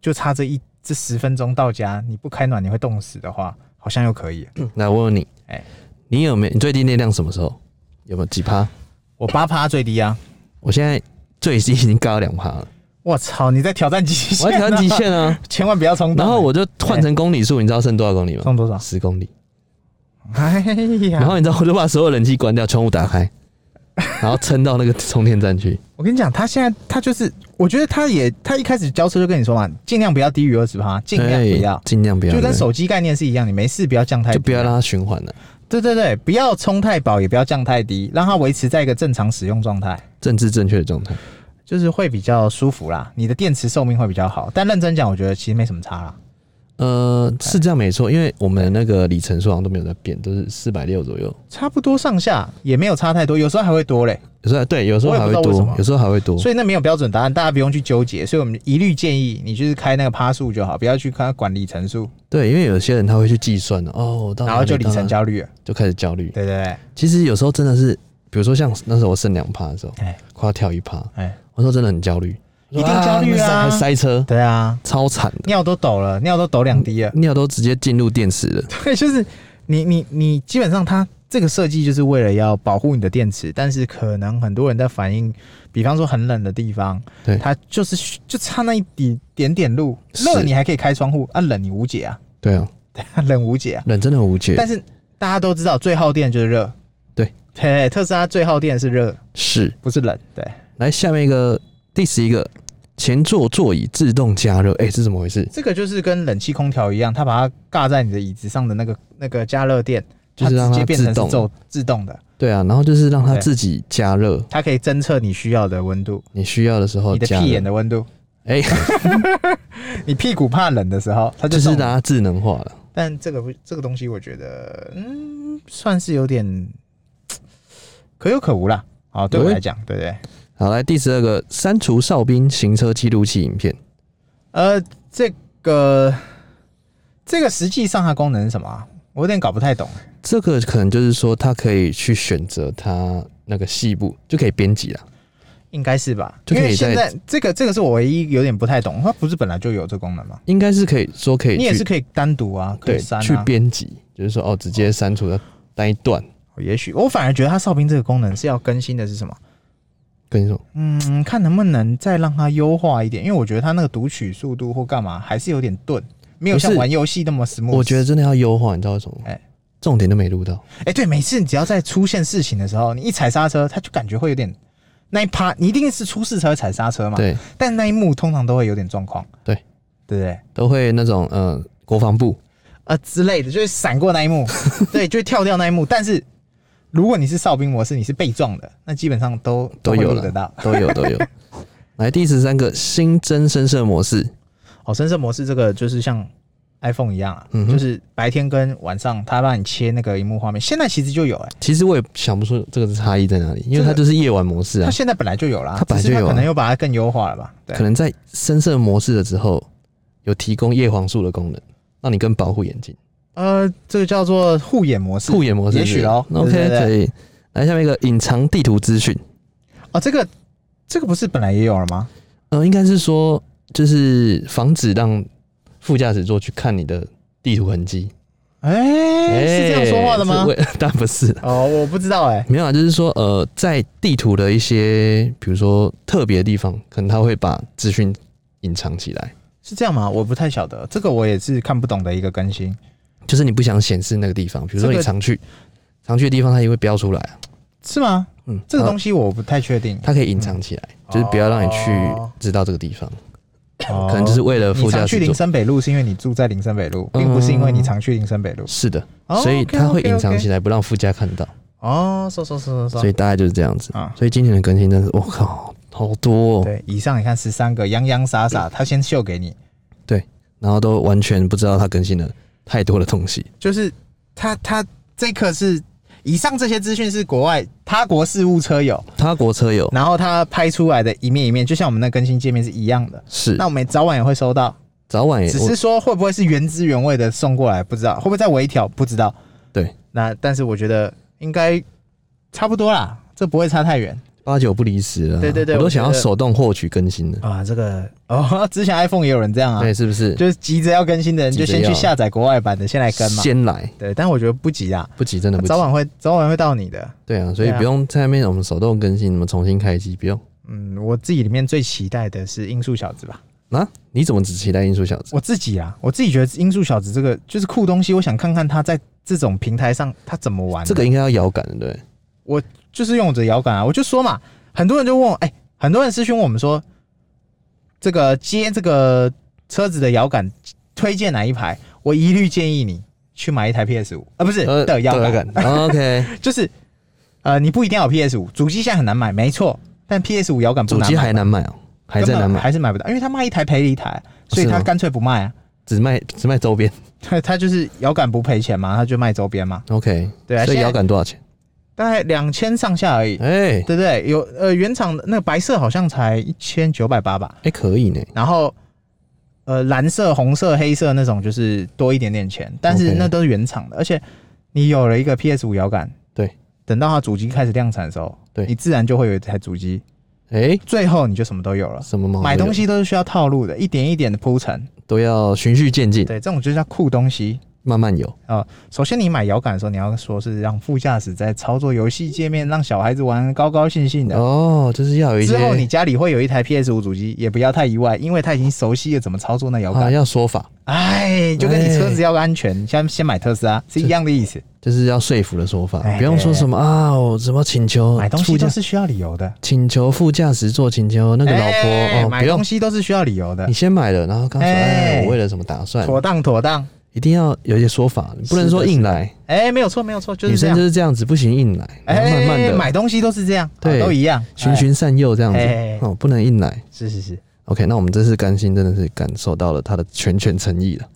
Speaker 2: 就差这一这十分钟到家，你不开暖你会冻死的话，好像又可以。
Speaker 1: 来，我问你，
Speaker 2: 哎
Speaker 1: 你有没有你最低电量什么时候？有没有几趴？
Speaker 2: 我八趴最低啊！
Speaker 1: 我现在最低已经高到两趴 了，
Speaker 2: 我操，你在挑战极限、
Speaker 1: 我要挑战极，限啊！
Speaker 2: 千万不要冲动。
Speaker 1: 然后我就换成公里数，你知道剩多少公里吗？
Speaker 2: 冲多少？
Speaker 1: 十公里。
Speaker 2: 哎呀，
Speaker 1: 然后你知道我就把所有冷气关掉，窗户打 开，然后撑到那个充电站去。
Speaker 2: 我跟你讲，他现在他就是，我觉得他也，他一开始交车就跟你说嘛，尽量不要低于二十趴，尽量不要
Speaker 1: 哎，尽量不要，
Speaker 2: 就跟
Speaker 1: 对
Speaker 2: 手机概念是一样，你没事不要降太低，啊
Speaker 1: 就不要让它循环了。
Speaker 2: 对对对，不要充太饱，也不要降太低，让它维持在一个正常使用状态，
Speaker 1: 政治正确的状态，
Speaker 2: 就是会比较舒服啦，你的电池寿命会比较好。但认真讲，我觉得其实没什么差啦。
Speaker 1: 呃，
Speaker 2: 哎
Speaker 1: 是这样没错，因为我们那个里程数好像都没有在变，都是四百六左右。
Speaker 2: 差不多上下也没有差太多，有时候还会多嘞，
Speaker 1: 有时候对，有时候
Speaker 2: 我也
Speaker 1: 还
Speaker 2: 不知
Speaker 1: 会
Speaker 2: 道为什
Speaker 1: 多
Speaker 2: 么，
Speaker 1: 有时候还会多。
Speaker 2: 所以那没有标准答案，大家不用去纠结。所以我们一律建议你就是开那个趴数就好，不要去看管里程数，
Speaker 1: 对，因为有些人他会去计算的哦，我到哪
Speaker 2: 然后就里
Speaker 1: 到
Speaker 2: 程
Speaker 1: 哪
Speaker 2: 焦虑了。
Speaker 1: 就开始焦虑。
Speaker 2: 对对哎对，
Speaker 1: 其实有时候真的是，比如说像那时候我剩两趴的时候，
Speaker 2: 哎
Speaker 1: 快要跳一趴，
Speaker 2: 哎，
Speaker 1: 我说真的很焦虑，
Speaker 2: 一定焦虑啊
Speaker 1: 还塞车，
Speaker 2: 对啊，
Speaker 1: 超惨的，
Speaker 2: 尿都抖了，尿都抖两滴了。
Speaker 1: 尿都直接进入电池了。
Speaker 2: 对，就是你你你基本上它这个设计就是为了要保护你的电池，但是可能很多人在反映，比方说很冷的地方，
Speaker 1: 对
Speaker 2: 它就是需就差那一点点点路，
Speaker 1: 是
Speaker 2: 热你还可以开窗户，啊冷你无解啊，
Speaker 1: 对啊，
Speaker 2: 冷无解啊。
Speaker 1: 人真的很无解。
Speaker 2: 但是大家都知道最耗电就是热，
Speaker 1: 对
Speaker 2: 对，特斯拉最耗电是热，
Speaker 1: 是，
Speaker 2: 不是冷，对。
Speaker 1: 来下面一个第十一个，前座座椅自动加热，哎、是怎么回事？
Speaker 2: 这个就是跟冷气空调一样，它把它尬在你的椅子上的那个那个加热垫，
Speaker 1: 就是
Speaker 2: 它
Speaker 1: 让它
Speaker 2: 直接变成
Speaker 1: 自动
Speaker 2: 是走自动的，
Speaker 1: 对啊，然后就是让它
Speaker 2: 对
Speaker 1: 自己加热，
Speaker 2: 它可以侦测你需要的温度，
Speaker 1: 你需哦要的时候
Speaker 2: 你的
Speaker 1: 加
Speaker 2: 屁
Speaker 1: 热
Speaker 2: 眼。的温度，
Speaker 1: 哎、
Speaker 2: 你屁股怕冷的时候，它
Speaker 1: 就啊
Speaker 2: 就是送
Speaker 1: 让它智能化了。
Speaker 2: 但这个不这个东西，我觉得嗯，算是有点嘖可有可无啦。好，对我
Speaker 1: 喂
Speaker 2: 来讲，对不对？
Speaker 1: 好，来第十二个，删除哨兵行车记录器影片。
Speaker 2: 呃，这个这个实际上它功能是什么、啊？我有点搞不太懂。
Speaker 1: 这个可能就是说，它可以去选择它那个细部，就可以编辑了。
Speaker 2: 应该是吧，
Speaker 1: 就
Speaker 2: 因
Speaker 1: 可以
Speaker 2: 为现
Speaker 1: 在
Speaker 2: 在这个这个是我唯一有点不太懂，它不是本来就有这功能吗？
Speaker 1: 应该是可以说可以去，
Speaker 2: 你也是可以单独啊，可以
Speaker 1: 对
Speaker 2: 删啊，
Speaker 1: 去编辑，就是说哦，直接删除它那一段，
Speaker 2: 也许我反而觉得它哨兵这个功能是要更新的是什么？
Speaker 1: 跟你说，
Speaker 2: 嗯，看能不能再让它优化一点，因为我觉得它那个读取速度或干嘛还是有点钝，没有
Speaker 1: 不是
Speaker 2: 像玩游戏那么 smooth。
Speaker 1: 我觉得真的要优化，你知道为什么吗？
Speaker 2: 哎
Speaker 1: 重点都没录到，
Speaker 2: 哎、对，每次你只要在出现事情的时候，你一踩刹车，它就感觉会有点那一趴，你一定是出事才会踩刹车嘛。。
Speaker 1: 对，
Speaker 2: 但那一幕通常都会有点状况。
Speaker 1: 对。
Speaker 2: 对不对？
Speaker 1: 都会那种呃国防部，
Speaker 2: 呃之类的，就会闪过 那一幕，对，就会跳掉那一幕。但是如果你是哨兵模式，你是被撞的，那基本上都
Speaker 1: 都
Speaker 2: 会
Speaker 1: 有
Speaker 2: 录
Speaker 1: 了
Speaker 2: 得到。
Speaker 1: 都有都 有。来第十三个新增深色模式，
Speaker 2: 哦，深色模式这个就是像 iPhone 一样啊，
Speaker 1: 嗯哼
Speaker 2: 就是白天跟晚上，它让你切那个荧幕画面，现在其实就有哎、
Speaker 1: 其实我也想不出这个差异在哪里，因为它就是夜晚模式
Speaker 2: 它
Speaker 1: 啊，
Speaker 2: 现在本来就有啦，
Speaker 1: 它本来
Speaker 2: 只是
Speaker 1: 就有啊
Speaker 2: 可能又把它更优化了吧？对
Speaker 1: 可，能在深色模式的时候有提供叶黄素的功能，让你更保护眼睛，
Speaker 2: 呃，这个叫做护眼模式，
Speaker 1: 护眼模式
Speaker 2: 也许咯
Speaker 1: 是不是
Speaker 2: 对对对
Speaker 1: OK 可以。来下面一个隐藏地图资讯，
Speaker 2: 哦，这个这个不是本来也有了吗？
Speaker 1: 呃，应该是说就是防止让副驾驶座去看你的地图痕迹，哎
Speaker 2: 哎、是这样说话的吗
Speaker 1: 是？为 当然不是啦，
Speaker 2: 哦，我不知道哎、
Speaker 1: 没有啊，就是说呃，在地图的一些比如说特别的地方，可能它会把资讯隐藏起来，
Speaker 2: 是这样吗？我不太晓得，这个我也是看不懂的一个更新。
Speaker 1: 就是你不想显示那个地方，比如说
Speaker 2: 这
Speaker 1: 你
Speaker 2: 个
Speaker 1: 常去、常去的地方，它也会标出来啊。
Speaker 2: 是吗？
Speaker 1: 嗯，
Speaker 2: 这个东
Speaker 1: 西
Speaker 2: 西我不太确定，
Speaker 1: 它可以隐藏起来，就是不要让你去
Speaker 2: 哦
Speaker 1: 知道这个地方，
Speaker 2: 可
Speaker 1: 可能就是为了
Speaker 2: 你
Speaker 1: 副
Speaker 2: 常
Speaker 1: 驾
Speaker 2: 哦去
Speaker 1: 驶
Speaker 2: 林
Speaker 1: 座。
Speaker 2: 森北路是因为你住在林森北路，
Speaker 1: 嗯
Speaker 2: 并不是因为你常去林森北路，
Speaker 1: 是的，
Speaker 2: 哦
Speaker 1: 所以它会隐藏起
Speaker 2: 来。
Speaker 1: 来，不让副驾看到。
Speaker 2: 哦，说说说说
Speaker 1: 所
Speaker 2: 说，
Speaker 1: 以大概就是这样子。
Speaker 2: 啊
Speaker 1: 所以今年的更新真是，我靠，好多、哦，
Speaker 2: 对，以上你看十三个洋洋 洒洒，他先秀给你，
Speaker 1: 然后都完全不知道它更新了太多的东西。
Speaker 2: 就是他他这个是以上这些资讯是国外他国事务车友，
Speaker 1: 他国车友
Speaker 2: 然后他拍出来的一面一面，就像我们那更新界面是一样的。
Speaker 1: 是
Speaker 2: 那我们早晚也会收到，
Speaker 1: 早晚也
Speaker 2: 只
Speaker 1: 我
Speaker 2: 是说会不会是原汁原味的送过来，不知道会不会再微调，不知道。
Speaker 1: 对，
Speaker 2: 那但是我觉得应该差不多啦，这不会差太远
Speaker 1: 八九不离十了啊。
Speaker 2: 对对对
Speaker 1: 我都想要
Speaker 2: 我觉得
Speaker 1: 手动获取更新了。
Speaker 2: 啊。这个哦，之前 iPhone 也有人这样啊，
Speaker 1: 对，是不是？
Speaker 2: 就是急着要更新的人
Speaker 1: 急着
Speaker 2: 就先
Speaker 1: 要
Speaker 2: 去下载国外版的，先来跟嘛。
Speaker 1: 先来，
Speaker 2: 对，但我觉得不急啊，
Speaker 1: 不急，真的不急
Speaker 2: 早。晚会早晚会到你的。
Speaker 1: 对啊，所以
Speaker 2: 对啊
Speaker 1: 不用在那边我们手动更新，我们重新开机，不用
Speaker 2: 嗯，我自己里面最期待的是《音速小子》吧，
Speaker 1: 啊？你怎么只期待音速小子？
Speaker 2: 我自己啊，我自己觉得《音速小子》这个就是酷东西，我想看看他在这种平台上他怎么玩的。
Speaker 1: 这个应该要遥感的，对不对？
Speaker 2: 就是用我的摇杆啊，我就说嘛，很多人就问我，哎、很多人私讯我们说，这个接这个车子的摇杆推荐哪一排？我一律建议你去买一台 PS 五啊，不是、
Speaker 1: 呃
Speaker 2: 的摇杆，
Speaker 1: 感。OK，
Speaker 2: 就是呃，你不一定要有 PS 五，主机现在很难买，没错，但 PS 五摇杆不
Speaker 1: 主
Speaker 2: 难买
Speaker 1: 机还难买哦，还在
Speaker 2: 根本
Speaker 1: 难买，
Speaker 2: 还是买不到，因为他卖一台赔一台，所以
Speaker 1: 是吗
Speaker 2: 他干脆不卖啊，
Speaker 1: 只卖只卖周边。
Speaker 2: 他他就是摇杆不赔钱嘛，他就卖周边嘛，
Speaker 1: OK，
Speaker 2: 对啊，
Speaker 1: 所以
Speaker 2: 现在
Speaker 1: 遥感多少钱？
Speaker 2: 大概两千上下而已。
Speaker 1: 哎
Speaker 2: 对不对？有呃，原厂的那个白色好像才一千九百八吧，
Speaker 1: 哎，可以呢。
Speaker 2: 然后呃蓝色、红色、黑色那种就是多一点点钱，但是
Speaker 1: OK
Speaker 2: 那都是原厂的，而且你有了一个 PS 五摇杆，
Speaker 1: 对，
Speaker 2: 等到它主机开始量产的时候，
Speaker 1: 对
Speaker 2: 你自然就会有一台主机，
Speaker 1: 哎，
Speaker 2: 最后你就什么都有了。
Speaker 1: 什么毛
Speaker 2: 买
Speaker 1: 都有
Speaker 2: 东西都是需要套路的，一点一点的铺陈，
Speaker 1: 都要循序渐进，
Speaker 2: 对，这种就叫酷东西。
Speaker 1: 慢慢有。
Speaker 2: 啊。首先你买摇杆的时候，你要说是让副驾驶在操作游戏界面，让小孩子玩高高兴兴的。
Speaker 1: 哦，就是要有一些
Speaker 2: 之后你家里会有一台 PS 五主机，也不要太意外，因为他已经熟悉了怎么操作那摇
Speaker 1: 啊
Speaker 2: 杆。
Speaker 1: 要说法，
Speaker 2: 哎，就跟你车子要安全，先先买特斯拉是一样的意思。
Speaker 1: 就是要说服的说法，
Speaker 2: 哎
Speaker 1: 不用说什么啊，我什么请求
Speaker 2: 买东西
Speaker 1: 副
Speaker 2: 都
Speaker 1: 驾
Speaker 2: 是需要理由的。
Speaker 1: 请求副驾驶座，请求那个老
Speaker 2: 哎
Speaker 1: 婆哦，
Speaker 2: 买
Speaker 1: 不用
Speaker 2: 东，西都是需要理由的
Speaker 1: 你，先买了，然后刚说
Speaker 2: 哎
Speaker 1: 哎，我为了什么打算，
Speaker 2: 妥当妥当。
Speaker 1: 一定要有一些说法，你不能说硬来，
Speaker 2: 哎，没有错没有错，就
Speaker 1: 女
Speaker 2: 是这
Speaker 1: 生就
Speaker 2: 样。
Speaker 1: 是这样子，不行硬来，然后慢
Speaker 2: 哎，
Speaker 1: 慢的
Speaker 2: 买东西都是这样，
Speaker 1: 对
Speaker 2: 啊都一样，
Speaker 1: 循循善诱这样子
Speaker 2: 哎，
Speaker 1: 哦，不能硬来。
Speaker 2: 哎是是是，
Speaker 1: OK，那我们这次甘心真的是感受到了他的全权诚意了。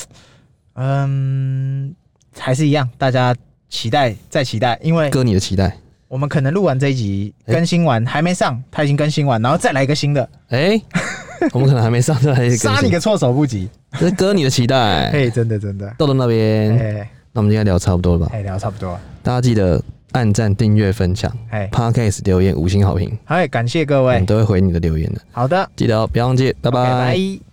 Speaker 2: 嗯，还是一样，大家期待再期待，因为
Speaker 1: 哥，你的期待，
Speaker 2: 我们可能录完这一集
Speaker 1: 哎
Speaker 2: 更新完还没上，他已经更新完，然后再来一个新的，
Speaker 1: 哎，我们可能还没上，这还
Speaker 2: 杀你个哎措手不及。
Speaker 1: 这是哥你的期待。
Speaker 2: 嘿，真的真的，
Speaker 1: 豆豆那边，
Speaker 2: 哎
Speaker 1: 那我们今天聊差不多了吧？
Speaker 2: 哎，聊差不多了，
Speaker 1: 大家记得按赞、订阅、分享
Speaker 2: 哎，
Speaker 1: ，Podcast 留言五星好评，
Speaker 2: 好，感谢各
Speaker 1: 我
Speaker 2: 位
Speaker 1: 们，都会回你的留言的。
Speaker 2: 好的，
Speaker 1: 记得哦，不要忘记，拜
Speaker 2: 嗯拜
Speaker 1: 拜。
Speaker 2: 拜。